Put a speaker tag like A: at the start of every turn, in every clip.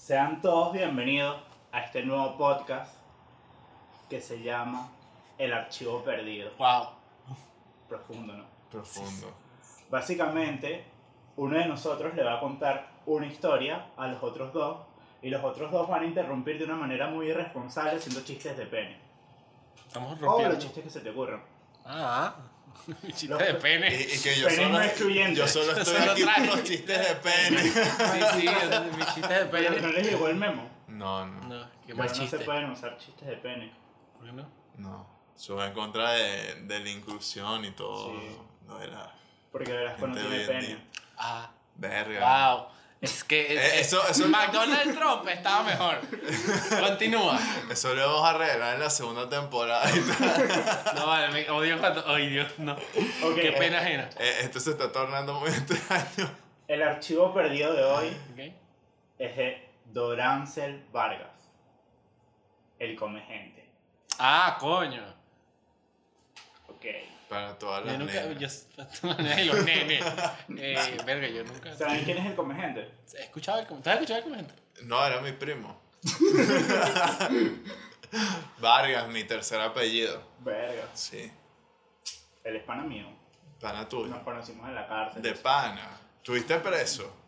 A: Sean todos bienvenidos a este nuevo podcast que se llama El Archivo Perdido.
B: Wow.
A: Profundo, ¿no?
C: Profundo.
A: Básicamente, uno de nosotros le va a contar una historia a los otros dos y los otros dos van a interrumpir de una manera muy irresponsable haciendo chistes de pene.
B: Estamos
A: O los
B: rompiendo.
A: chistes que se te ocurran.
B: Ah. Chiste de
C: Y,
B: pene.
C: y que yo
A: Pene
C: solo,
A: no excluyente.
C: yo solo estoy
B: Solo
C: aquí por
B: traje.
C: los chistes de pene.
B: Sí, sí, es mi chiste de
A: Pero no
B: pene.
A: les llegó el memo.
C: No, no,
B: No, qué
A: Pero
B: mal
A: no se
B: chiste.
A: pueden usar chistes de pene.
B: ¿Por qué no?
C: no. Yo en contra de, de la inclusión y todo.
A: Sí.
C: No era.
A: Porque Velasco no
C: Gente
A: tiene
C: hoy en
A: pene.
C: día.
B: Ah.
C: Verga.
B: Wow. Es que
C: Eh,
B: es-
C: eso-
B: es-
C: eso-
B: McDonald Trump estaba mejor. Continúa.
C: Eso lo vamos a arreglar en la segunda temporada. y tal.
B: No, vale, me odio cuando. Ay, Dios, no.
A: Ok.
B: Qué pena ajena.
C: Eh, Esto se está tornando muy extraño.
A: El archivo perdido de hoy
B: Ok.
A: es de Dorancel Vargas. El come gente.
B: Ah, coño.
A: Ok.
C: Para todas las
B: Yo nunca.
C: nenas.
B: Yo, los nenes. Eh, verga, yo nunca.
A: ¿Saben quién es el come gente?
B: ¿Has escuchado el comentario? ¿Has escuchado el comentario?
C: No, era mi primo. Vargas, mi tercer apellido.
A: Verga.
C: Sí.
A: Él es pana mío.
C: Pana tuyo.
A: Nos conocimos en la cárcel.
C: De pana. ¿Tuviste preso?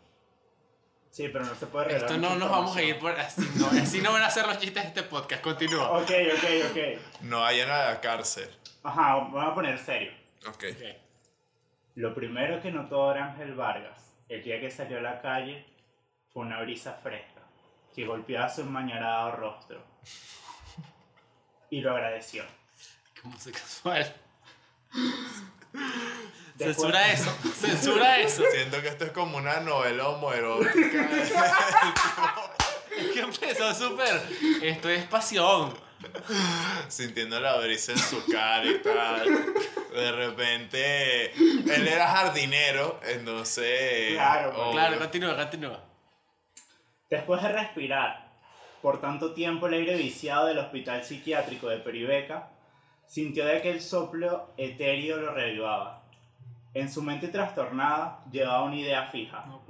A: Sí, pero no se puede revelar.
B: Esto
A: mucha
B: no nos vamos a ir
A: información.
B: por así. No, así no van a ser los chistes de este podcast. Continúa.
A: Ok, ok, ok.
C: No, allá en la cárcel.
A: Ajá, vamos a poner serio.
C: Ok.
B: Ok.
A: Lo primero que notó Ángel Vargas el día que salió a la calle fue una brisa fresca que golpeaba su enmañarado rostro. Y lo agradeció.
B: Como sexual.
A: Después-
B: Censura eso. Censura eso.
C: Siento que esto es como una novela homoerótica.
B: Es que empezó súper. Esto es pasión.
C: sintiendo la brisa en su cara y tal. De repente, él era jardinero, entonces.
A: Claro,
C: obvio.
B: Claro, continúa, continúa.
A: Después de respirar por tanto tiempo el aire viciado del hospital psiquiátrico de Peribeca, sintió de que el soplo etéreo lo revivaba. En su mente trastornada llevaba una idea fija.
B: No.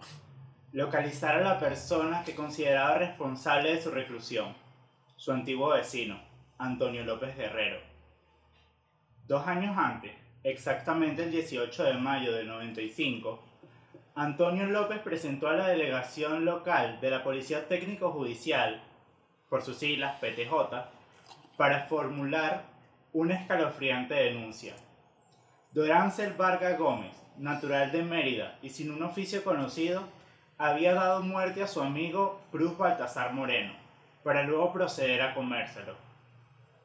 A: Localizar a la persona que consideraba responsable de su reclusión, su antiguo vecino, Antonio López Guerrero. Dos años antes, exactamente el 18 de mayo del 95, Antonio López presentó a la delegación local de la Policía Técnico Judicial, por sus siglas PTJ, para formular una escalofriante denuncia. Dorancel Vargas Gómez, natural de Mérida y sin un oficio conocido, había dado muerte a su amigo Cruz Baltasar Moreno, para luego proceder a comérselo.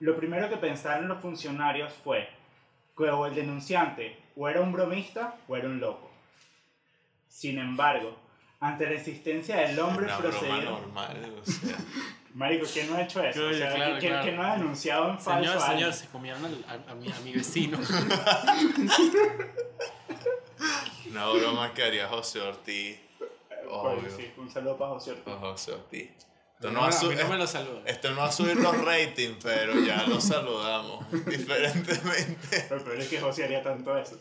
A: Lo primero que pensaron los funcionarios fue que o el denunciante o era un bromista o era un loco. Sin embargo, ante la insistencia del hombre
C: Una broma
A: procedieron...
C: normal, o sea.
A: Marico, ¿quién no ha hecho eso?
B: Yo,
A: O
B: yo,
A: sea,
B: claro,
A: ¿quién,
B: claro.
A: quién no ha denunciado en falso
B: Señor,
A: a alguien?
B: señor, se comieron al- al- a, mi, a mi vecino.
C: Una broma que haría José Ortiz.
B: Pues
A: Coño,
C: Obvio.
A: Pues sí, un saludo para José Ortiz.
C: o José Ortiz. Esto
B: No,
C: no, va a
B: a mí
C: subir-
B: no me lo saluda.
C: esto no va a subir los ratings, pero ya lo saludamos. Diferentemente.
A: Pero, pero es que José haría tanto eso.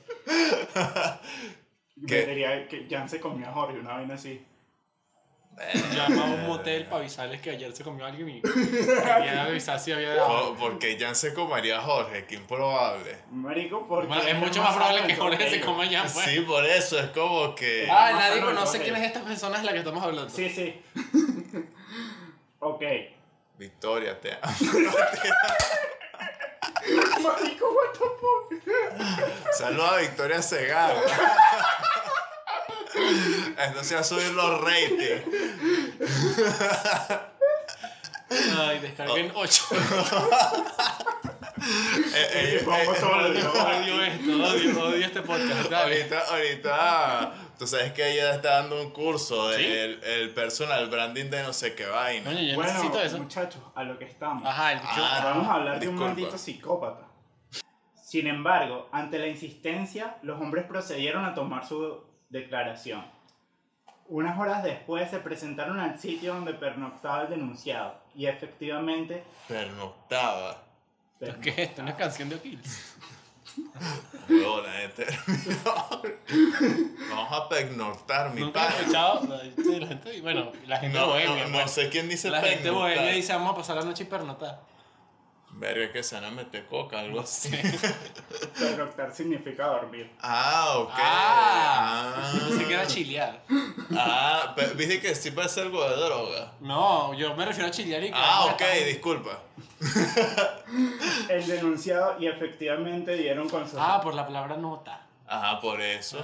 C: ¿Qué?
A: Me diría que Jan se comió a Jorge, una vaina así.
B: Llama a un motel para avisarles que ayer se comió alguien y quería avisar si había
C: Po-
B: dado.
C: Porque Jan se comería a Jorge, que improbable.
A: Marico, porque...
B: Bueno, es
A: el
B: mucho más probable que
A: alto
B: Jorge se
A: ellos.
B: coma ya, pues.
C: Sí, por eso es como que.
B: Ah,
A: No,
B: nadie
A: no, no,
B: conoce
A: no,
B: quién
A: no.
B: es esta persona de la que estamos hablando.
A: Sí, sí. ok.
C: Victoria, te amo.
A: Marico, what the fuck.
C: Saludos a Victoria Segar. Entonces va a subir los ratings.
B: Ay, descarguen 8.
C: Eh, eh,
A: Sí, vamos
C: eh,
A: todos los días.
B: odio esto, odio, odio este podcast. Dale.
C: ahorita, ahorita, tú sabes que ella está dando un curso del
B: ¿Sí?
C: el, el personal branding de no sé qué vaina.
B: Coño, yo
A: Bueno,
B: necesito eso.
A: muchachos, a lo que estamos.
B: Ajá, el
C: Ah,
A: Vamos a hablar de un
C: disculpa.
A: maldito psicópata. Sin embargo, ante la insistencia, los hombres procedieron a tomar su declaración. Unas horas después se presentaron al sitio donde pernoctaba el denunciado y efectivamente...
C: Pernoctaba.
B: ¿Qué es esto? ¿Una canción de O'Kills?
C: Huevón, nadie eh, terminó. Vamos a pegnortar, mi
B: Nunca he
C: padre.
B: escuchado. sí, La gente, bueno, la gente
C: No,
B: bohemia.
C: no, no
B: pues.
C: sé quién dice
B: la gente
C: pegnortar.
B: bohemia dice, vamos a pasar la noche hipernotada.
C: Verga, que se van a meter coca, algo así.
A: Pernoctar significa dormir.
C: Ah, ok.
B: Ah,
C: Ah.
B: yo pensé que era chilear.
C: Ah, pe- viste que sí parece algo de droga.
B: No, yo me refiero a chilear y que
C: Ah,
B: vamos a
C: ok,
B: estar-
C: disculpa.
A: El denunciado y efectivamente dieron con sus
B: Ah, por la palabra nota.
C: Ajá, por eso.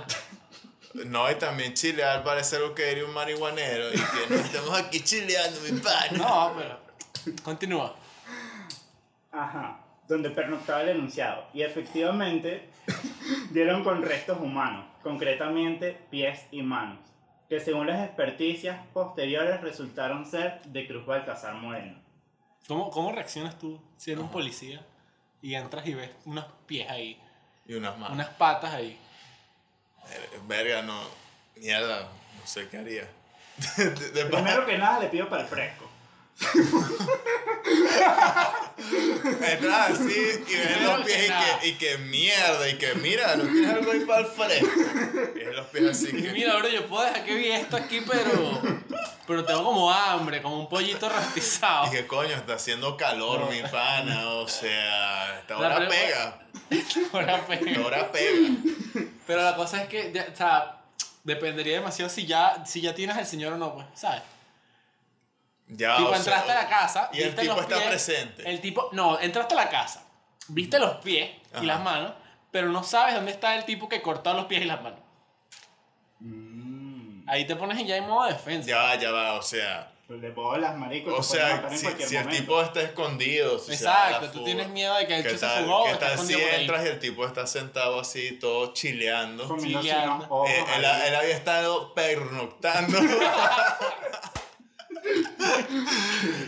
C: No, y también chilear parece algo que diría un marihuanero y que no estamos aquí chileando, mi pana.
B: No, pero. Continúa.
A: Ajá, donde pernoctaba el enunciado. Y efectivamente dieron con restos humanos, concretamente pies y manos, que según las experticias posteriores resultaron ser de Cruz Baltasar Moreno.
B: ¿Cómo, cómo reaccionas tú siendo un policía y entras y ves unos pies ahí,
C: Y unas más. Eh,
B: unas patas ahí?
C: Verga, no. Mierda, no sé qué haría. De, de
A: Primero que nada le pido para el fresco.
C: Entras así y ves
B: Primero
C: los pies
B: que
C: y
B: nada.
C: que, y que mierda, y que mira, no tienes algo ahí para el fresco. Y ves los pies así
B: Y
C: que.
B: mira, bro, yo puedo dejar que vi esto aquí, pero. Pero tengo como hambre, como un pollito rostizado.
C: Y que coño, está haciendo calor, mi pana. O sea, esta
B: La
C: hora
B: pre-
C: pega.
B: Ahora, pues.
C: Esta hora pega.
B: Pero la cosa es que, ya, o sea, dependería demasiado si ya, si ya tienes al señor o no, pues, ¿sabes?
C: Ya,
B: tipo,
C: Ah, o sea,
B: entraste a la casa.
C: Y el
B: viste
C: tipo
B: los
C: está
B: pies,
C: presente.
B: El tipo, no, entraste a la casa, viste los pies
C: Ajá.
B: y las manos, pero no sabes dónde está el tipo que cortó los pies y las manos.
C: Mm.
B: Ahí te pones ya en modo defensa.
C: Ya va, ya va, o sea.
A: Le bolas, marico.
C: O
A: te pueden
C: sea,
A: matar en
C: si,
A: cualquier
C: si el
A: momento.
C: tipo está escondido. si se da la
B: Exacto, tú
C: fuga,
B: tienes miedo de que el
C: ¿Qué
B: chico se
C: tal,
B: fugó o
C: qué
B: está
C: tal si
B: escondido por ahí.
C: entras y el tipo está sentado así, todo chileando?
A: Comiéndose
B: chillando.
A: unos ojos
C: Eh, él,
A: ahí.
C: él había estado pernoctando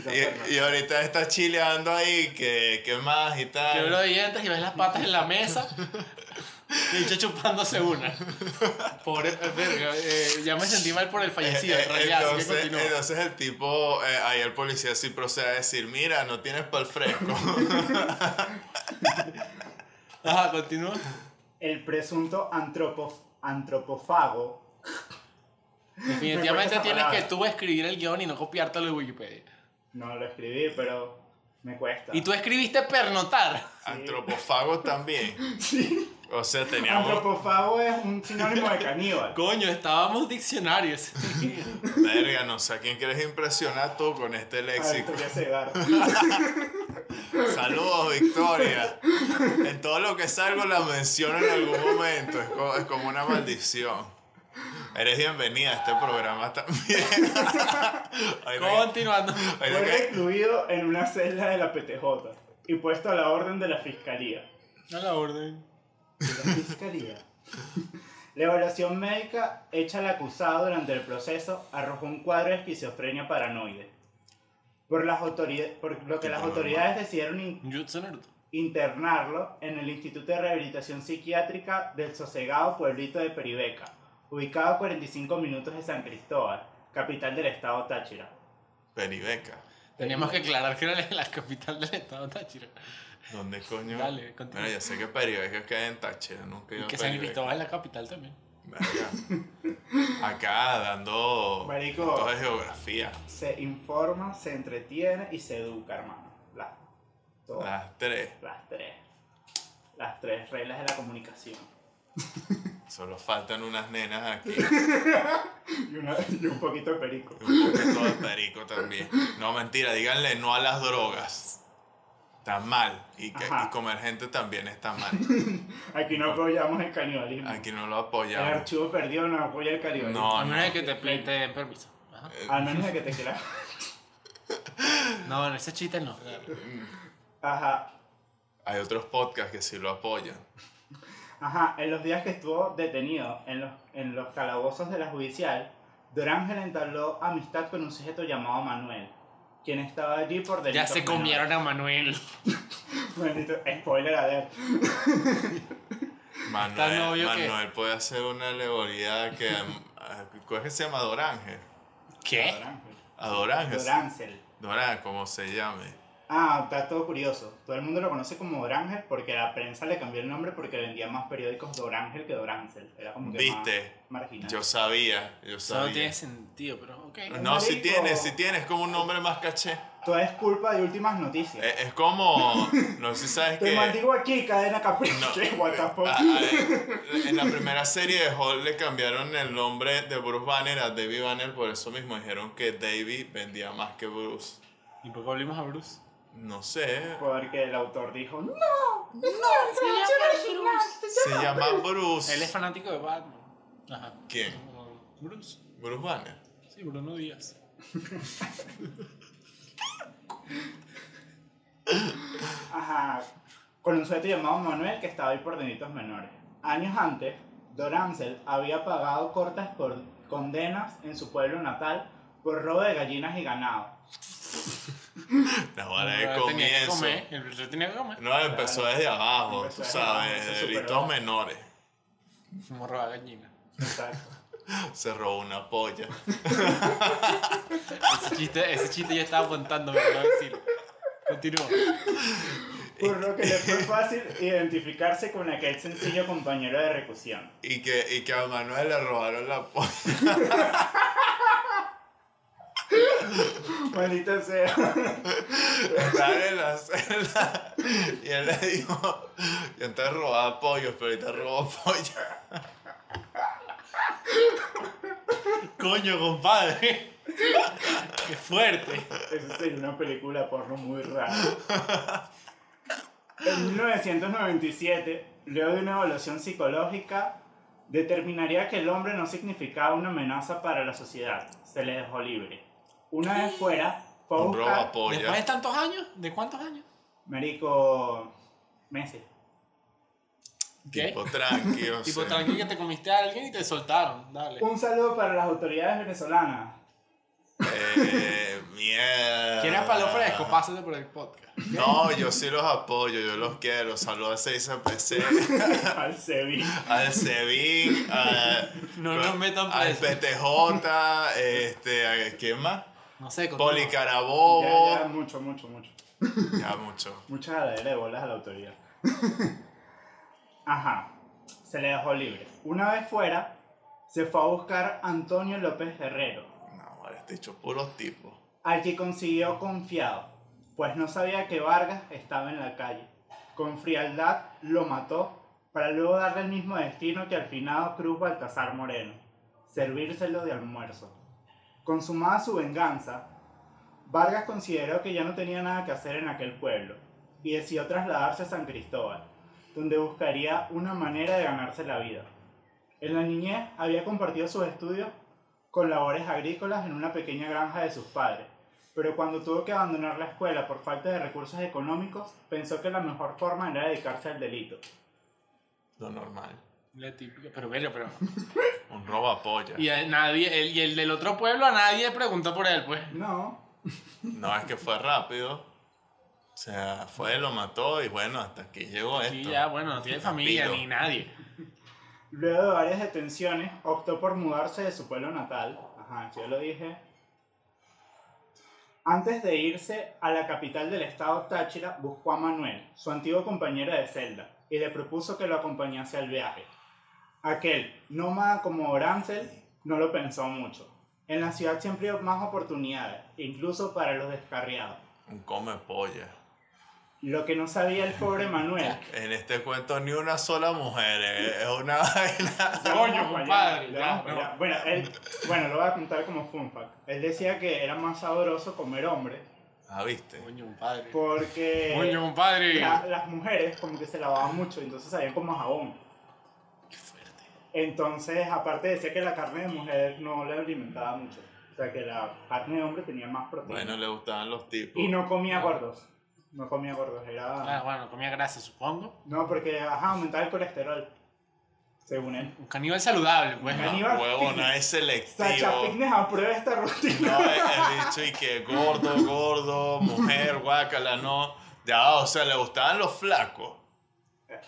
C: eh, y, y ahorita está chileando ahí, que, que más y
B: Que uno
C: tal.
B: dientes y ves las patas en la mesa. Y el bicho chupándose una. Pobre, eh, verga, eh, ya me sentí mal por el
C: Eh,
B: fallecido,
C: eh,
B: en realidad, así que
C: entonces,
B: continúa.
C: entonces el tipo, eh, ahí el policía sí procede a decir, mira, no tienes pal fresco. eh,
B: Ajá, continúa.
A: El presunto antropo- antropofago.
B: Definitivamente
A: esa
B: tienes que
A: palabra.
B: tú escribir el guión y no copiártelo de Wikipedia.
A: No lo escribí, pero me cuesta.
B: Y tú escribiste pernotar.
C: Antropofago también. O sea, teníamos...
A: Antropofago es un sinónimo de caníbal.
B: Coño, estábamos diccionarios.
C: Verga, no sé a quién quieres impresionar tú con este léxico.
A: Alto que se agarra.
C: Saludos, Victoria. En todo lo que salgo la menciono en algún momento. Es co- es como, una maldición. Eres bienvenida a este programa también. Ahorita
B: Continuando.
C: que- ahorita
A: Fue
C: que-
A: recluido en una celda de la PTJ y puesto a la orden de la fiscalía.
B: A la orden.
A: De la fiscalía. La evaluación médica hecha al acusado durante el proceso arrojó un cuadro de esquizofrenia paranoide. Por, las autorida- por lo que las autoridades decidieron in-
B: Jutsu Naruto.
A: internarlo en el Instituto de Rehabilitación Psiquiátrica del sosegado pueblito de Peribeca, ubicado a 45 minutos de San Cristóbal, capital del estado Táchira.
C: Peribeca.
B: Teníamos que aclarar que era la capital del estado Táchira.
C: ¿Dónde coño?
B: Dale, continúa.
C: Mira, yo sé que Peribeca queda en Táchira. Nunca he
B: Y
C: ido a
B: que San
C: Peribeca.
B: Cristóbal es la capital también.
C: Verga. Acá dando...
A: Marico.
C: Todo de geografía.
A: se informa, se entretiene y se educa, hermano. Las, todas,
C: Las tres.
A: las tres. Las tres reglas de la comunicación.
C: Solo faltan unas nenas aquí.
A: Y, una- y un poquito de perico.
C: Un poquito de perico también. No, mentira, díganle no a las drogas. Está mal. Y, que,
A: Ajá.
C: y comer gente también está mal.
A: Aquí no apoyamos el canibalismo.
C: Aquí no lo
A: el
C: apoyamos.
A: archivo perdido no apoya el canibalismo.
C: Ah, No, Eh,
B: A
C: no.
B: menos de que te, pl- te den permiso. Ajá.
A: Al menos de que te quieras.
B: No, en ese chiste no.
A: Ajá.
C: Hay otros podcasts que sí lo apoyan.
A: Ajá. En los días que estuvo detenido en los, en los calabozos de la judicial, Dorángel entabló amistad con un sujeto llamado Manuel, quien estaba allí por delito.
B: Ya se comieron a Manuel.
A: Spoiler a ver.
C: Manuel,
B: novio que-
C: Manuel puede hacer una alegoría que... ah, ¿Cómo es que se llama? Dorángel.
B: ¿Qué?
C: A Dorángel.
A: Dorángel.
C: Dorán, como se llame.
A: Ah, está todo curioso. Todo el mundo lo conoce como Dorangel porque la prensa le cambió el nombre porque vendía más periódicos Dorangel que Dorángel. Era como que
C: ¿Viste?
A: más marginal.
C: Yo sabía, yo
B: Eso no tiene
C: sabía.
B: sentido, pero ok.
C: No, si
A: Marico.
C: tiene, si tiene, es como un nombre más caché.
A: Todo es culpa de últimas noticias.
C: Eh, Es, como, no sé si sabes
A: Te
C: que...
A: mandigo aquí, cadena capricho.
C: No, Ah,
A: What the fuck.
C: a- a- en la primera serie de Hall le cambiaron el nombre de Bruce Banner a David Banner, por eso mismo dijeron que David vendía más que Bruce.
B: ¿Y por qué volvimos a Bruce?
C: No sé,
A: Porque el autor dijo, no,
C: se llama Bruce.
B: Él es fanático de Batman. Ajá.
C: ¿Quién?
B: Bruce.
C: Bruce Banner.
B: Sí, Bruno Díaz.
A: Ajá, con un sujeto llamado Manuel que estaba ahí por delitos menores. Años antes, Dorancel había pagado cortas cor- condenas en su pueblo natal por robo de gallinas y ganado.
C: La hora de
B: tenía que
C: comienzo.
B: comer. El Bruce tenía que comer.
C: No, empezó desde abajo,
A: Empezó
C: tú
A: desde abajo,
C: sabes,
A: se
C: de
A: superó.
C: delitos menores.
B: Como roba gallina.
A: Exacto.
C: Se robó una polla.
B: Ese chiste, ese chiste ya estaba apuntando, pero no decirlo. Continúa.
A: Por lo que le fue fácil identificarse con aquel sencillo compañero de reclusión.
C: Y que, y que a Manuel le robaron la polla.
A: Maldita sea.
C: Estaba en la celda. Y él le dijo, yo antes robaba pollos, pero ahorita robo polla.
B: Coño, compadre. Qué fuerte.
A: Eso sería una película porno muy rara. En 1997, luego de una evaluación psicológica, determinaría que el hombre no significaba una amenaza para la sociedad. Se le dejó libre. Una vez fuera, fue a
C: Un roba
A: buscar...
B: ¿Después de
C: polla.
B: tantos años? ¿De cuántos años?
A: Marico... Meses.
B: ¿Qué?
C: Tipo tranquilo.
B: Tipo, tranquilo que te comiste a alguien y te soltaron. Dale.
A: Un saludo para las autoridades venezolanas.
C: Eh, mierda.
B: ¿Quieres palo fresco? Pásate por el podcast.
C: No, yo sí los apoyo, yo los quiero. Saludos a 6PC,
A: Al Sevilla.
C: al Sevin, a-
B: No nos metan
C: al
B: preso.
C: PTJ, este, a- ¿quién más?
B: No sé, continúa.
C: Policarabobo.
A: Ya, ya, mucho, mucho, mucho.
C: Ya mucho.
A: Muchas jaladeras de bolas a la autoridad. Ajá, se le dejó libre. Una vez fuera, se fue a buscar a Antonio López Guerrero,
C: No, vale, este hecho puros tipos.
A: al que consiguió confiado, pues no sabía que Vargas estaba en la calle. Con frialdad lo mató para luego darle el mismo destino que al finado Cruz Baltasar Moreno, servírselo de almuerzo. Consumada su venganza, Vargas consideró que ya no tenía nada que hacer en aquel pueblo y decidió trasladarse a San Cristóbal, donde buscaría una manera de ganarse la vida. En la niñez había compartido sus estudios con labores agrícolas en una pequeña granja de sus padres, pero cuando tuvo que abandonar la escuela por falta de recursos económicos, pensó que la mejor forma era dedicarse al delito.
C: Lo normal.
B: La típica, pero verga, pero.
C: Un roba polla.
B: Y a nadie, el, y el del otro pueblo, a nadie preguntó por él, pues.
A: No,
C: No, es que fue rápido. O sea, fue, lo mató y bueno, hasta aquí llegó
B: Y
C: esto.
B: ya, bueno, no tiene familia
C: Vampiro.
B: ni nadie.
A: luego de varias detenciones, optó por mudarse de su pueblo natal, ajá, ya lo dije, antes de irse a la capital del estado Táchira, buscó a Manuel, su antiguo compañero de celda, y le propuso que lo acompañase al viaje. Aquel, nómada como Orancel, no lo pensó mucho. En la ciudad siempre hay más oportunidades, incluso para los descarriados.
C: Un come polla.
A: Lo que no sabía el pobre Manuel.
C: En este cuento ni una sola mujer. eh, Es una vaina.
A: Ya
B: Coño,
A: vamos para
B: compadre,
A: allá, ya
B: ya,
A: vamos para
B: no.
A: allá. Bueno, él, bueno, lo voy a contar como fun fact. Él decía que era más sabroso comer hombre
C: Ah, viste.
B: Coño, compadre.
A: porque
B: Coño, compadre.
A: la- las mujeres como que se lavaban mucho, entonces sabían como a jabón.
B: Qué fuerte.
A: Entonces, aparte decía que la carne de mujer no le alimentaba mucho. O sea, que la carne de hombre tenía más proteína.
C: Bueno, le gustaban los tipos.
A: y no comía gordos. No comía gordos, era...
B: Ah, bueno, comía grasa, supongo.
A: No, porque, ajá, aumentaba el colesterol. Según él.
B: Un caníbal saludable, pues.
C: Ah,
A: Aníbal
C: huevo,
A: Fitness.
C: nadie es
A: Sacha
C: selectivo.
A: Fitness aprueba esta rutina.
C: No, el, el bicho y que gordo, gordo, mujer, guácala, no. Ya, o sea, le gustaban los flacos.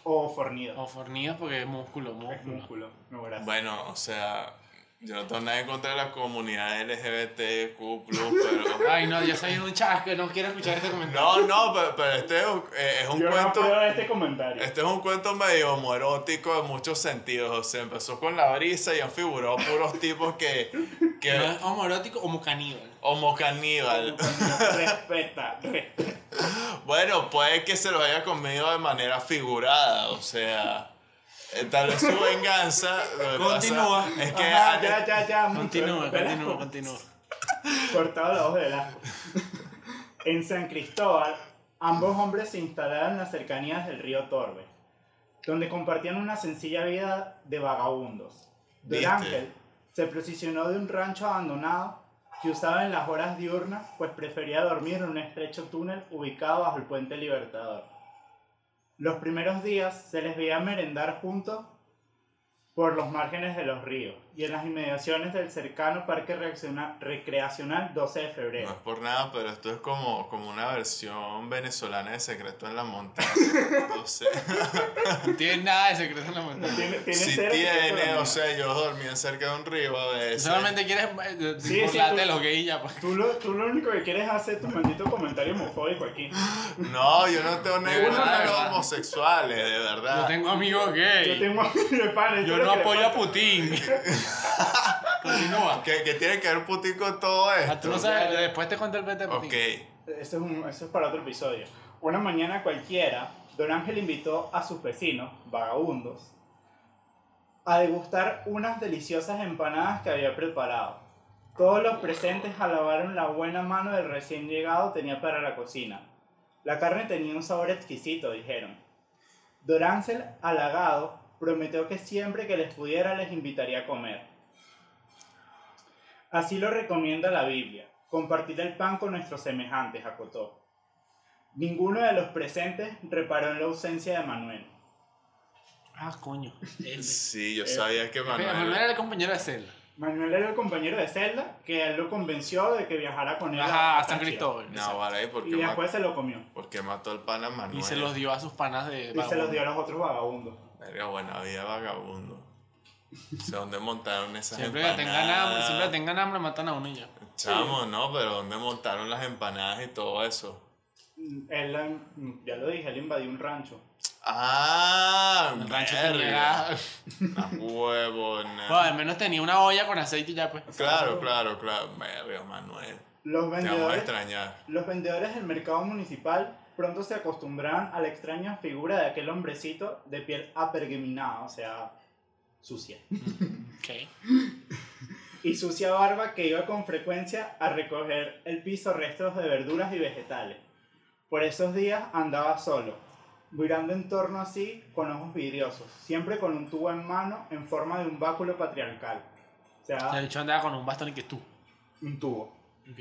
A: O fornido.
B: O fornidos porque es músculo,
A: Es
B: músculo.
A: músculo, no gracias.
C: Bueno, o sea, yo no tengo nada en contra de la comunidad LGBTQ, pero.
B: Ay, no, yo soy un chasco, no quiero escuchar este comentario.
C: No, no, pero, pero este es un, eh, es un
A: Yo no
C: cuento.
A: puedo este comentario.
C: Este es un cuento medio homoerótico en muchos sentidos. O sea, empezó con la brisa y han figurado puros tipos que.
B: No
C: que
B: es homoerótico, homo caníbal.
C: homocaníbal.
A: respeta, respeta.
C: Bueno, puede que se los haya comido de manera figurada. O sea. eh, Tal vez su venganza. lo que pasa
B: Continúa.
C: Es que.
A: Ajá,
C: han-
A: ya, ya, ya. mucho.
B: Continúa,
A: Velasco,
B: continúa, continúa.
A: Cortado la voz de Velasco. En San Cristóbal, ambos hombres se instalaron en las cercanías del río Torbe, donde compartían una sencilla vida de vagabundos. Del
C: ¿Viste?
A: Ángel se posicionó de un rancho abandonado que usaba en las horas diurnas, pues prefería dormir en un estrecho túnel ubicado bajo el puente Libertador. Los primeros días se les veía merendar juntos por los márgenes de los ríos y en las inmediaciones del cercano Parque Reacciona- Recreacional 12 de
C: No es
B: Ah.
A: febrero.
C: por nada, pero esto es como, como una versión venezolana de Secreto en la Montaña. O sea,
B: No tiene nada de secreto en la
A: No
B: montaña.
A: tiene, tiene
C: si
A: cero secreto de
C: tiene,
A: la
C: o
A: nada.
C: sea, yo dormía cerca de un río a veces.
B: Solamente quieres eh,
A: Sí, sí,
B: burlarte
A: tú-
B: de los gays ya, pues.
A: Tú lo, tú lo único que quieres es hacer tu maldito comentario homofóbico aquí.
C: No, yo no tengo ninguno
B: verdad, de
C: de los
B: verdad.
C: homosexuales, de verdad.
B: Yo tengo amigos gays.
A: Ah. Yo tengo de pana, eso
B: Yo
A: es lo
B: no
A: que le
B: apoyo a
A: falta.
B: Putin. Continúa.
C: ¿Qué, qué tiene que ver putico en todo
B: Ah, tú
C: esto?
B: no sabes, después te cuento el vete de Putin.
C: Ok.
A: Eso Este es, un- eso es para otro episodio. Una mañana cualquiera, Don Ángel invitó a sus vecinos, vagabundos, a degustar unas deliciosas empanadas que había preparado. Todos los presentes alabaron la buena mano del recién llegado tenía para la cocina. La carne tenía un sabor exquisito, dijeron. Don Ángel, halagado, prometió que siempre que les pudiera les invitaría a comer. Así lo recomienda la Biblia, compartir el pan con nuestros semejantes, acotó. Ninguno de los presentes reparó en la ausencia de Manuel.
B: Ah, coño.
C: Sí, yo
A: Eh,
C: sabía que
B: Manuel. Manuel
C: Manuel.
B: era el compañero de celda.
A: Manuel era el compañero de celda que él lo convenció de que viajara con él
B: Ajá, a San
A: Táchira.
B: Cristóbal.
C: No,
B: exacto.
C: vale, ¿y por
A: Y
C: qué, ma-
A: después se lo comió.
C: por qué mató al pana Manuel?
B: y se los dio a sus panas de.
A: Y se los dio a los otros vagabundos.
C: Verga, buena vida, vagabundo. O sea, ¿dónde montaron esas
B: Siempre que
C: empanadas?
B: tengan hambre, siempre que tengan hambre, matan a uno y ya.
C: Chamo, no, pero ¿dónde montaron las empanadas y todo eso?
A: Mm, Él, eh, mm, ya lo dije, él invadió un rancho.
C: Ah,
B: El rancho
C: verga.
B: tenía.
C: Ah, huevona.
B: Bueno, al menos tenía una olla con aceite y ya, pues.
C: Claro, claro, claro. Verga, Manuel.
A: Los
C: Te vamos a
A: vendedores,
C: extrañar.
A: los vendedores del mercado municipal pronto se acostumbraron a la extraña figura de aquel hombrecito de piel apergeminada, o sea, sucia.
B: Ok.
A: y sucia barba que iba con frecuencia a recoger el piso restos de verduras y vegetales. Por esos días andaba solo, mirando en torno así con ojos vidriosos, siempre con un tubo en mano en forma de un báculo patriarcal. O sea,
B: De hecho, andaba con un bastón y que tú.
A: un tubo.
B: Ok.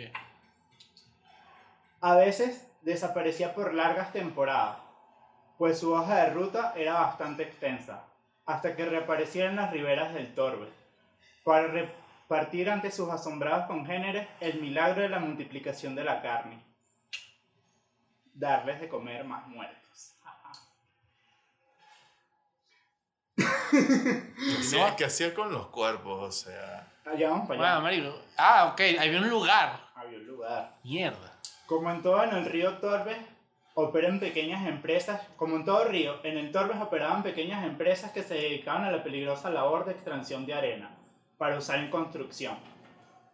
A: A veces desaparecía por largas temporadas, pues su hoja de ruta era bastante extensa, hasta que reapareciera en las riberas del Torbe, para repartir ante sus asombrados congéneres el milagro de la multiplicación de la carne. Darles de comer más muertos. Ah,
C: ¿Qué hacía, qué hacía con los cuerpos? O sea,
A: Allá vamos para
B: Bueno,
A: allá.
B: marico. Ah, ok, había un lugar.
A: Había un lugar.
B: Mierda.
A: Como en todo en el río Torbes, operan pequeñas empresas, como en todo río, en el Torbes operaban pequeñas empresas que se dedicaban a la peligrosa labor de extracción de arena para usar en construcción.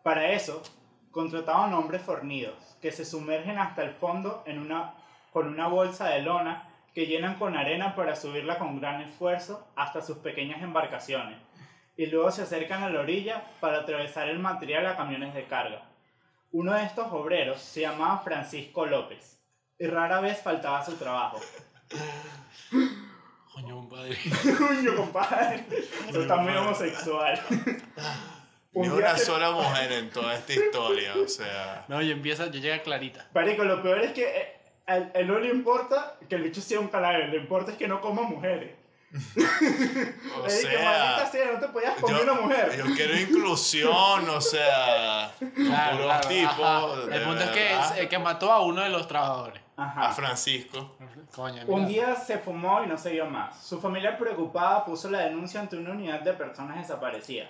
A: Para eso, contrataban hombres fornidos que se sumergen hasta el fondo en una, con una bolsa de lona que llenan con arena para subirla con gran esfuerzo hasta sus pequeñas embarcaciones y luego se acercan a la orilla para atravesar el material a camiones de carga. Uno de estos obreros se llamaba Francisco López y rara vez faltaba a su trabajo.
B: Coño, compadre.
A: Coño, compadre. Eso está muy homosexual.
C: ni
A: Un día
C: una
A: se-
C: sola mujer en toda esta historia. O sea,
B: No, y empieza, ya llega Clarita.
A: Marico, lo peor es que eh, a él, a él no le importa que el bicho sea un cadáver, le importa es que no coma mujeres.
C: o
A: Le dije, maldita
C: sea,
A: sea, no te podías comer una
C: yo,
A: mujer.
C: yo quiero inclusión, o sea, con
B: Claro,
C: puros
B: claro,
C: tipos.
B: ajá.
C: de
B: El punto es que,
C: verdad.
B: es eh, que mató a uno de los trabajadores.
C: a
A: Ajá.
C: Francisco.
B: Coño, Ah, mira.
A: Un día se fumó y no se vio más. Su familia preocupada puso la denuncia ante una unidad de personas desaparecidas.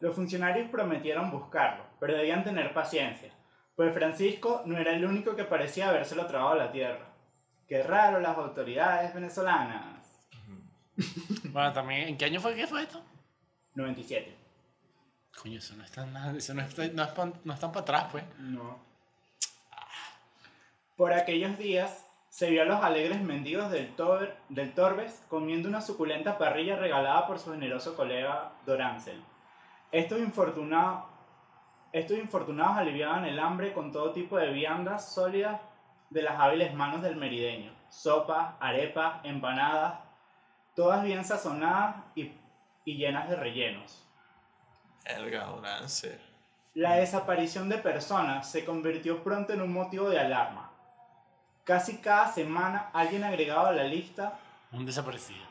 A: Los funcionarios prometieron buscarlo, pero debían tener paciencia, Pues Francisco no era el único que parecía habérselo trabado a la tierra. Qué raro las autoridades venezolanas.
B: Bueno, también, ¿en qué año fue que fue esto?
A: 97.
B: Coño, eso no está nada, eso no está, no es pan- no están para atrás, pues.
A: No. Por aquellos días se vio a los alegres mendigos del, Tor- del Torbes comiendo una suculenta parrilla regalada por su generoso colega Dorancel. Estos, infortuna- estos infortunados aliviaban el hambre con todo tipo de viandas sólidas de las hábiles manos del merideño. Sopas, arepas, empanadas, todas bien sazonadas y- y llenas de rellenos.
C: El gaudance.
A: La desaparición de personas se convirtió pronto en un motivo de alarma. Casi cada semana alguien agregaba a la lista
B: Un desaparecido.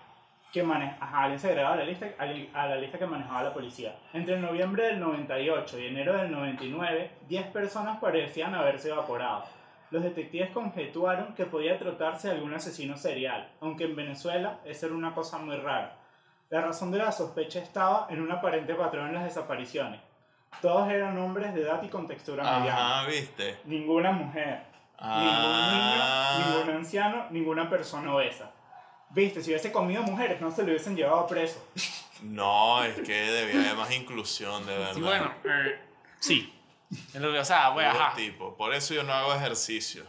A: que mane- ajá, alguien se agregaba a la lista al- a la lista que manejaba la policía. Entre noviembre del 98 y enero del 99, 10 personas parecían haberse evaporado. Los detectives conjetuaron que podía tratarse de algún asesino serial, aunque en Venezuela eso era una cosa muy rara. La razón de la sospecha estaba en un aparente patrón en las desapariciones. Todos eran hombres de edad y contextura mediana.
C: Ajá, ¿viste?
A: Ninguna mujer,
C: Ah,
A: ningún niño, ningún anciano, ninguna persona obesa. Viste, si hubiese comido mujeres, no se lo hubiesen llevado preso.
C: No, es que debía haber más inclusión, de verdad.
B: Sí, bueno, eh, sí. En lo que, o sea, güey,
C: Puro
B: ajá.
C: tipo. Por eso yo no hago ejercicio.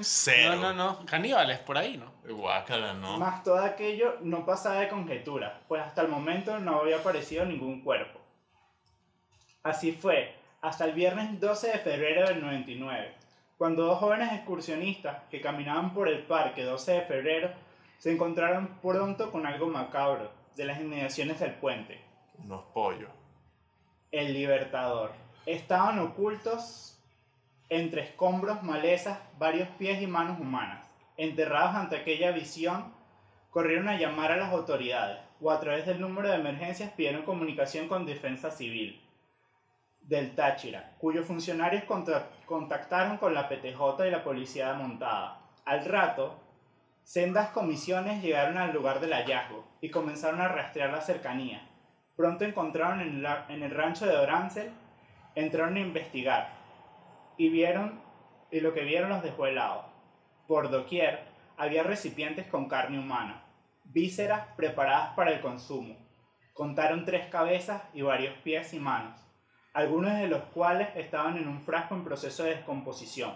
C: Cero.
B: No, no, no. Caníbales, por ahí, ¿no?
C: Guácala, ¿no?
A: Más todo aquello no pasaba de conjetura, pues hasta el momento no había aparecido ningún cuerpo. Así fue, hasta el viernes 12 de febrero del 99, cuando dos jóvenes excursionistas que caminaban por el parque 12 de febrero se encontraron pronto con algo macabro de las inmediaciones del puente.
C: Unos pollos.
A: El Libertador. Estaban ocultos entre escombros, malezas, varios pies y manos humanas. Enterrados ante aquella visión, corrieron a llamar a las autoridades o a través del número de emergencias pidieron comunicación con Defensa Civil del Táchira, cuyos funcionarios contra- contactaron con la PTJ y la policía montada. Al rato, sendas comisiones llegaron al lugar del hallazgo y comenzaron a rastrear la cercanía. Pronto encontraron en, la- en el rancho de Orancel, entraron a investigar y vieron y lo que vieron los dejó helado. Por doquier había recipientes con carne humana, vísceras preparadas para el consumo. Contaron tres cabezas y varios pies y manos, algunos de los cuales estaban en un frasco en proceso de descomposición.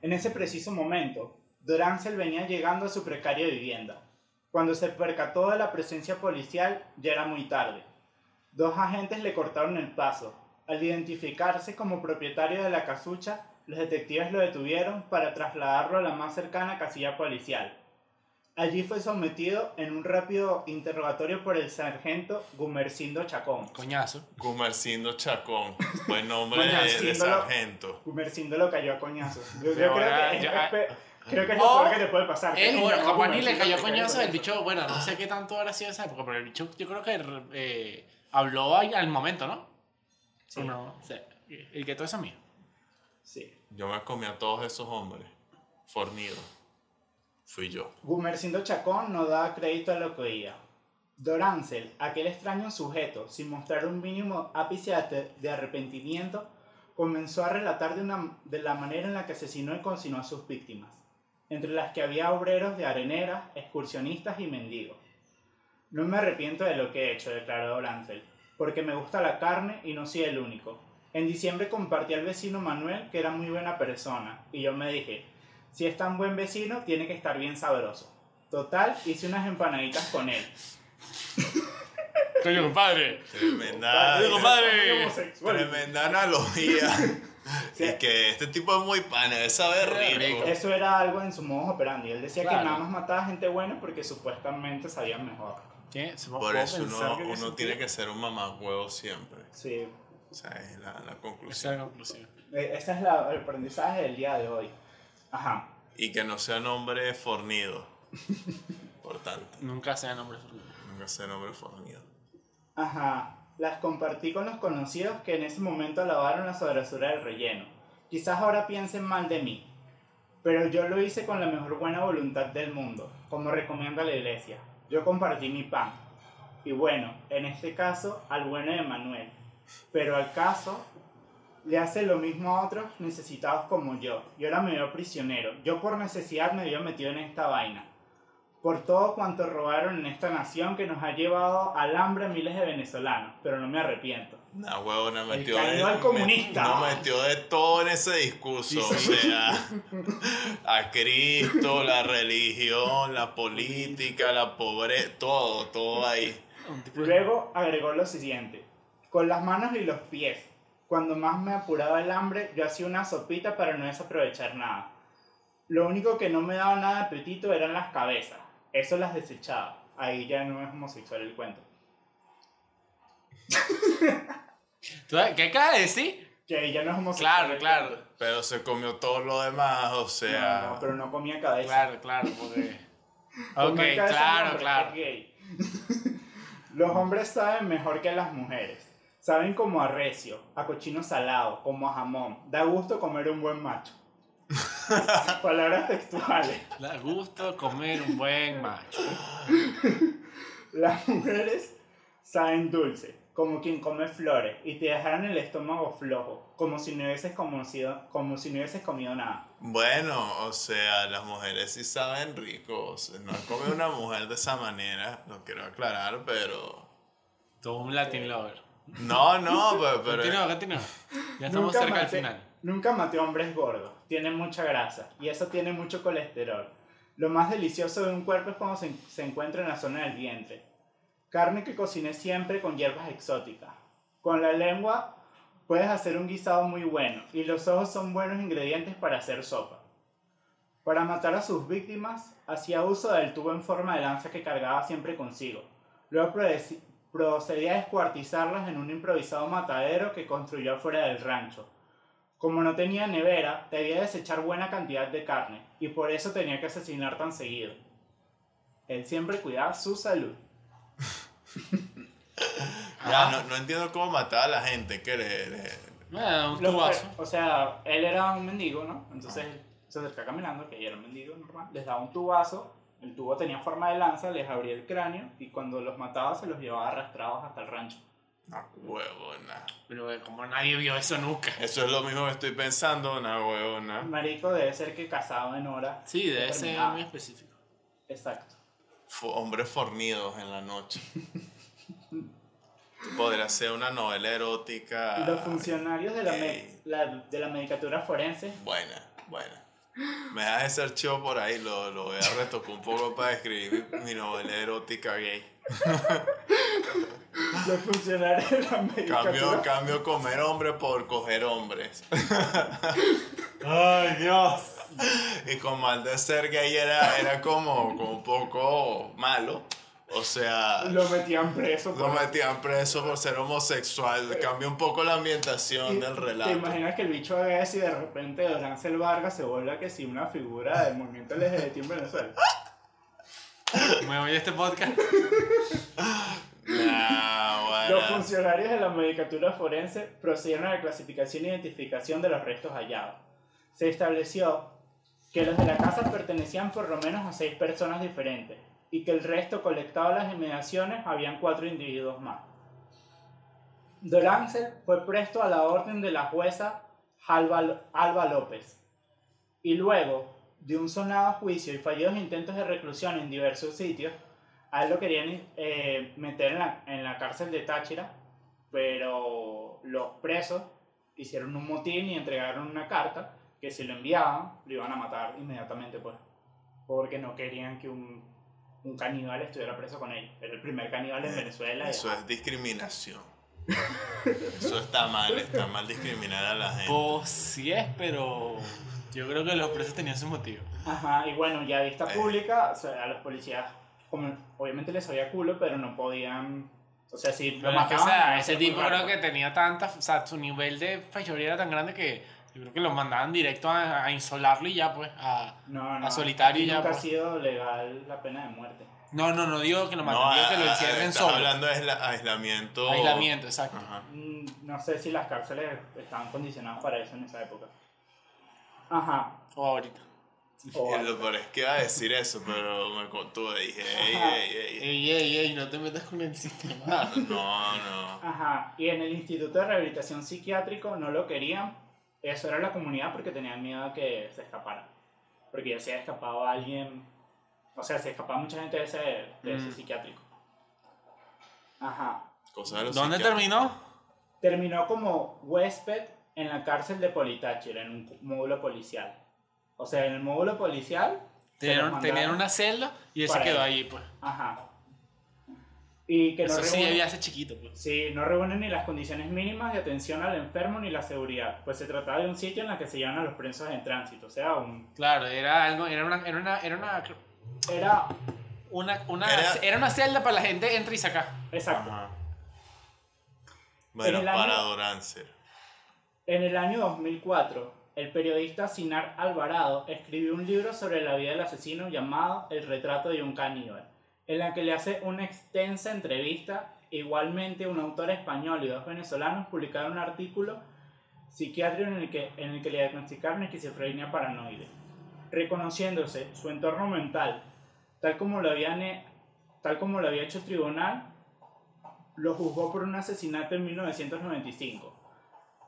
A: En ese preciso momento, Dorancel venía llegando a su precaria vivienda. Cuando se percató de la presencia policial, ya era muy tarde. Dos agentes le cortaron el paso. Al identificarse como propietario de la casucha, los detectives lo detuvieron para trasladarlo a la más cercana casilla policial. Allí fue sometido en un rápido interrogatorio por el sargento Gumercindo Chacón.
B: Coñazo.
C: Gumercindo Chacón. Buen nombre
A: Coño,
C: de, de
A: haciéndolo-
C: sargento.
A: Gumercindo lo cayó a coñazos. Yo, yo
B: Pero
A: creo,
B: ahora
A: que es,
B: ya-
A: es pe- creo que es lo
B: O
A: peor que te puede pasar.
B: Eh,
A: Creo que
B: bueno,
A: llamó a
B: capaz ni le
A: Gumercindo
B: cayó
A: y te cayó
B: coñazo el
A: coñazos.
B: bicho. Bueno, no sé qué tanto habrá sido esa época, pero el bicho yo creo que eh, habló al, al momento, ¿no?
A: Sí.
B: ¿O no? O sea, el que todo eso es mío.
A: Sí.
C: Yo me comí a todos esos hombres. Fornido. Fui yo.
A: Gumercindo Chacón no daba crédito a lo que oía. Dorancel, aquel extraño sujeto, sin mostrar un mínimo ápice de ate- de arrepentimiento, comenzó a relatar de, una- de la manera en la que asesinó y cocinó a sus víctimas, entre las que había obreros de areneras, excursionistas y mendigos. No me arrepiento de lo que he hecho, declaró Dorancel, porque me gusta la carne y no soy el único. En diciembre compartí al vecino Manuel, que era muy buena persona, y yo me dije, si es tan buen vecino, tiene que estar bien sabroso. Total, hice unas empanaditas con él.
B: Coño, compadre.
A: Ah,
C: Tremenda.
B: Digo, compadre.
A: Muy homosexual.
C: Tremenda analogía.
A: Sí.
C: Y que este tipo es muy pana, de saber
B: Era
C: rico.
B: rico.
A: Eso era algo en su modo operandi. Él decía que
B: Claro.
A: nada más mataba gente buena porque supuestamente sabían mejor.
B: ¿Qué?
C: Por eso uno, uno tiene que ser un mamagüevo siempre.
A: Sí.
C: O sea, es la, la
B: Esa
C: conclusión.
B: es la conclusión.
A: E- Ese es la- el aprendizaje del día de hoy. Ajá.
C: Y que no sean hombres fornidos. Importante.
B: Nunca sean hombres
C: Nunca sean hombres fornidos.
A: Ajá. Las compartí con los conocidos que en ese momento alabaron la sabrosura del relleno. Quizás ahora piensen mal de mí, pero yo lo hice con la mejor buena voluntad del mundo, como recomienda la iglesia. Yo compartí mi pan. Y bueno, en este caso, al bueno de Manuel. Pero al caso, le hace lo mismo a otros necesitados como yo. Y ahora me veo prisionero. Yo por necesidad me veo metido en esta vaina. Por todo cuanto robaron en esta nación que nos ha llevado al hambre a miles de venezolanos. Pero no me arrepiento.
C: Nah, huevona, metió.
A: caníbal
C: me-
A: comunista.
C: No, metió de todo en ese discurso. O sea, a Cristo, la religión, la política, la pobreza, todo, todo ahí.
A: Luego agregó lo siguiente. Con las manos y los pies. Cuando más me apuraba el hambre, yo hacía una sopita para no desaprovechar nada. Lo único que no me daba nada de apetito eran las cabezas. Eso las desechaba. Ahí ya no es homosexual el cuento.
B: ¿Tú sabes ¿Qué acabas de decir?
A: Que ahí ya no es homosexual.
B: Claro,
A: el
B: claro.
C: Pero se comió todo lo demás, o
A: cuento.
C: sea.
A: No, no, pero no comía cabeza.
B: Claro, claro, porque. Ok,
A: Comer cabeza de
B: claro,
A: hombre es
B: claro.
A: gay. Los hombres saben mejor que las mujeres. Saben como a recio, a cochino salado, como a jamón. Da gusto comer un buen macho. Palabras textuales.
B: Da gusto comer un buen macho.
A: Las mujeres saben dulce, como quien come flores, y te dejaron el estómago flojo, como si no hubieses conocido- como si no hubieses comido nada.
C: Bueno, o sea, las mujeres sí saben ricos. no es como una mujer de esa manera, lo quiero aclarar, pero.
B: Todo un Latin lover.
C: No, no, pero. eh, pero-
B: Continúa, continúa. Ya estamos cerca del
A: maté-
B: final.
A: Nunca maté hombres gordos. Tienen mucha grasa. Y eso tiene mucho colesterol. Lo más delicioso de un cuerpo es cuando se, se encuentra en la zona del vientre. Carne que cociné siempre con hierbas exóticas. Con la lengua puedes hacer un guisado muy bueno. Y los ojos son buenos ingredientes para hacer sopa. Para matar a sus víctimas, hacía uso del tubo en forma de lanza que cargaba siempre consigo. Luego prode- procedía a descuartizarlas en un improvisado matadero que construyó afuera del rancho. Como no tenía nevera, debía desechar buena cantidad de carne, y por eso tenía que asesinar tan seguido. Él siempre cuidaba su salud.
C: Ya, no, no entiendo cómo matar a la gente, que le- le-
B: Bueno, un
A: Los-
B: tubazo.
A: o sea, él era un mendigo, ¿no? Entonces él se acercaba caminando, que era un mendigo normal, les daba un tubazo, el tubo tenía forma de lanza, les abría el cráneo, y cuando los mataba se los llevaba arrastrados hasta el rancho.
C: Una huevona.
B: Pero eh, como nadie vio eso nunca.
C: Eso es lo mismo que estoy pensando, una huevona.
A: Marico debe ser que casado en hora.
B: Sí, debe ser
A: Determinado.
B: muy específico.
A: Exacto.
C: F- hombres fornidos en la noche. Podría ser una novela erótica.
A: Los funcionarios de la, me-
C: Ah, ok.
A: la- de la medicatura forense
C: Buena, buena. Me das ese archivo por ahí, lo, lo voy a retocar un poco para escribir mi- mi novela erótica gay.
A: Los funcionarios de la
C: Cambio,
A: medicatura.
C: cambio comer hombre por coger hombres. Ay, Dios. Y con mal de ser gay era, era como, como un poco malo. O sea,
A: Lo metían preso.
C: lo
A: por-
C: metían preso por ser homosexual. Cambia un poco la ambientación del
A: ¿Te
C: relato.
A: imaginas que el bicho haga eso y de repente Dorance el Vargas se vuelve que si una figura del movimiento LGBT en Venezuela?
B: Me voy a este podcast.
C: Nah,
A: Los
C: bueno.
A: funcionarios de la medicatura forense procedieron a la clasificación e identificación de los restos hallados. Se estableció que los de la casa pertenecían por lo menos a seis personas diferentes y que el resto colectado en las inmediaciones habían cuatro individuos más. Dorancel fue presto a la orden de la jueza Alba, Alba López y luego de un sonado juicio y fallidos intentos de reclusión en diversos sitios, a él lo querían eh, meter en la, en la cárcel de Táchira, pero los presos hicieron un motín y entregaron una carta que si lo enviaban, lo iban a matar inmediatamente, pues, porque no querían que un, un caníbal estuviera preso con ellos. Era el primer caníbal en Venezuela. y-
C: Eso es discriminación. Eso está mal, está mal discriminar a la gente.
B: Pues sí es, pero yo creo que los presos tenían su motivo.
A: Ajá, y bueno, ya vista
C: Eh.
A: pública, o sea, a los policías, como, obviamente les había culo, pero no podían. O sea, si
B: Pero es que, o
A: mataban,
B: sea,
A: no
B: ese
A: se
B: tipo
A: juzgaba.
B: creo que tenía tanta, o sea, su nivel de fechoría era tan grande que yo creo que lo mandaban directo a, a insolarlo y ya, pues, a...
A: No, no.
B: a solitario
A: aquí
B: ya,
A: Nunca
B: pues.
A: ha sido legal la pena de muerte.
B: No, no, no digo que lo manden,
C: No,
B: digo
C: a-
B: que lo
C: a-
B: encierren
C: estás
B: solo.
C: hablando Ah. de aisla- aislamiento.
B: Aislamiento, exacto.
C: Ajá.
A: Mm, No sé si las cárceles estaban condicionadas para eso en esa época. Ajá,
B: O ahorita.
A: O
C: Y Eh, Lo peor es que iba a decir eso, pero me contuve. Dije, ey, ey, ey.
B: Ey, ey, ey, no te metas con el sistema.
C: No, no.
A: Ajá, y en el Instituto de Rehabilitación Psiquiátrico no lo querían. Eso era la comunidad porque tenían miedo a que se escapara. Porque ya se ha escapado alguien. O sea, se escapaba mucha gente de ese, de ese
B: Mm.
A: psiquiátrico. Ajá.
C: Cosa de los
B: ¿Dónde
C: psiquiatras.
B: terminó?
A: Terminó como huésped en la cárcel de Politáchira, en un módulo policial. O sea, en el módulo policial. se los
B: Tenían,
A: mandaron.
B: tenían una celda y él se
A: Para
B: quedó
A: él.
B: ahí, pues.
A: Ajá. Y que no
B: Eso sí,
A: reúnen-
B: ya hace chiquito, pues.
A: Sí, no reúnen ni las condiciones mínimas de atención al enfermo ni la seguridad, pues se trataba de un sitio en el que se llevan a los presos en tránsito, o sea, un...
B: Claro, era algo, era una, era una, era una,
A: Era...
B: una, una-
C: Era-
B: era una celda para la gente entra y saca.
A: Exacto.
C: Ajá. Bueno,
A: En el año-
C: para Dorancer.
A: En el año 2004, el periodista Sinar Alvarado escribió un libro sobre la vida del asesino llamado El retrato de un caníbal, en la que le hace una extensa entrevista. Igualmente, un autor español y dos venezolanos publicaron un artículo psiquiátrico en el que, en el que le diagnosticaron esquizofrenia paranoide, reconociéndose su entorno mental, tal como lo, habían, he- tal como lo había hecho el tribunal, lo juzgó por un asesinato en 1995.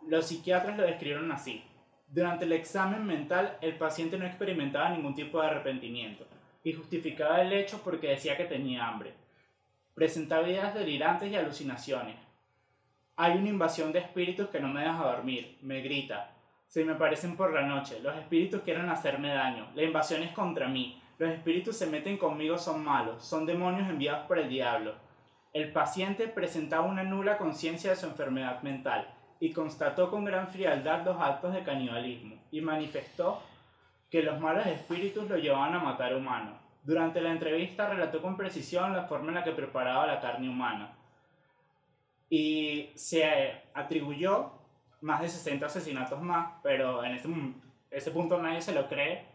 A: Los psiquiatras lo describieron así. Durante el examen mental, el paciente no experimentaba ningún tipo de arrepentimiento y justificaba el hecho porque decía que tenía hambre. Presentaba ideas delirantes y alucinaciones. Hay una invasión de espíritus que no me deja dormir, me grita. Se me aparecen por la noche, los espíritus quieren hacerme daño, la invasión es contra mí, los espíritus se meten conmigo, son malos, son demonios enviados por el diablo. El paciente presentaba una nula conciencia de su enfermedad mental y constató con gran frialdad los actos de canibalismo y manifestó que los malos espíritus lo llevaban a matar humanos. Durante la entrevista relató con precisión la forma en la que preparaba la carne humana y se atribuyó más de 60 asesinatos más, pero en este, mom- ese punto nadie se lo cree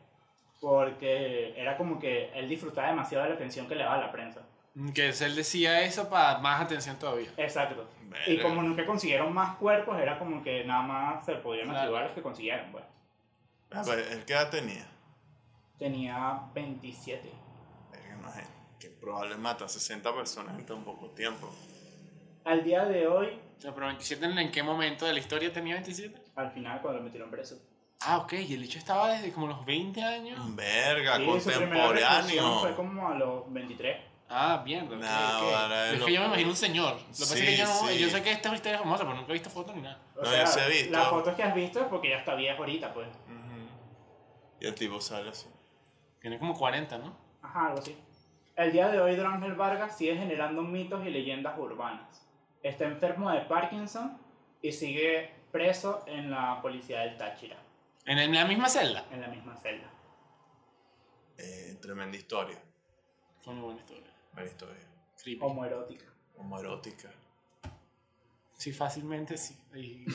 A: porque era como que él disfrutaba demasiado de la atención que le daba la prensa.
B: Mm, Que él decía eso para más atención todavía.
A: Exacto. Y como nunca consiguieron más cuerpos, era como que nada más se podían
B: Claro.
A: atribuir a los que consiguieron. pues. Bueno,
C: Ah, pero ¿Él qué edad tenía?
A: tenía 27.
C: Verga, no sé, Que probable mata a 60 personas en tan poco tiempo.
A: Al día de hoy,
B: O sea, pero 27 en, en qué momento de la historia tenía 27?
A: al final, cuando lo metieron preso,
B: Ah, ok, y el hecho estaba desde como los 20 años.
C: Verga,
A: Sí, su primera reclusión fue
C: contemporáneo.
A: como a los 23.
B: Ah, mierda, ok,
C: Nah,
B: ok.
C: vale,
B: Es
C: lo-
B: que yo me imagino un señor. Lo que pasa es que
C: Sí,
B: yo no,
C: sí.
B: yo sé que esta es una historia famosa, pero nunca he visto fotos ni nada.
A: O
C: No,
A: sea,
C: ya se ha visto.
A: Las fotos que has visto es porque ya está viejo ahorita, pues.
C: Ujú. Y el tipo sale así.
B: Tiene como 40, ¿no?
A: Ajá, algo así. El día de hoy, Don Ángel Vargas sigue generando mitos y leyendas urbanas. Está enfermo de Parkinson y sigue preso en la policía del Táchira,
B: En, el- en la misma celda.
A: en la misma celda.
C: Eh, tremenda historia.
B: Fue una buena historia.
C: Buena historia.
B: Creepy.
A: Homoerótica.
C: Homoerótica.
B: Sí, fácilmente sí. Y,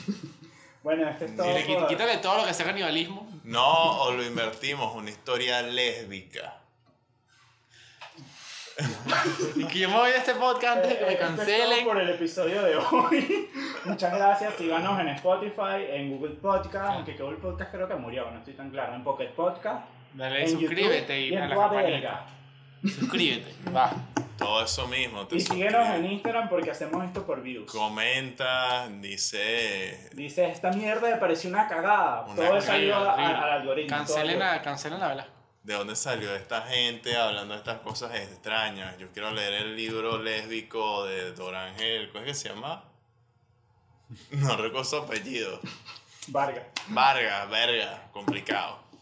A: Bueno, este es todo.
B: y le quit-
A: por-
B: quítale todo lo que sea canibalismo.
C: No, o lo invertimos, una historia lésbica.
B: Y que yo me voy de este podcast antes de que
A: Eh,
B: me
A: esto es todo
B: cancelen.
A: por el episodio de hoy. Muchas gracias. Síganos en Spotify, en Google Podcast, aunque que Google Podcast creo que murió, no estoy tan claro. En Pocket Podcast,
B: Dale,
A: en
B: suscríbete
A: YouTube
B: y a
A: en
B: la
A: Guaverga.
B: campanita. Suscríbete. Va.
C: Todo eso mismo. te
A: Y síguenos en
C: suscribes.
A: Instagram porque hacemos esto por views.
C: Comenta, dice.
A: Dice, esta mierda me pareció una cagada.
C: Una
A: Todo eso
C: cagada,
A: ayuda Pues a-
B: horrible.
A: al algoritmo.
B: Cancelen
A: todo ayuda.
B: la, cancelen la vela.
C: ¿De dónde salió esta gente hablando de estas cosas extrañas? Yo quiero leer el libro lésbico de Dorangel. ¿Cómo es que se llama? No recuerdo su apellido.
A: Vargas.
C: Vargas, verga, complicado.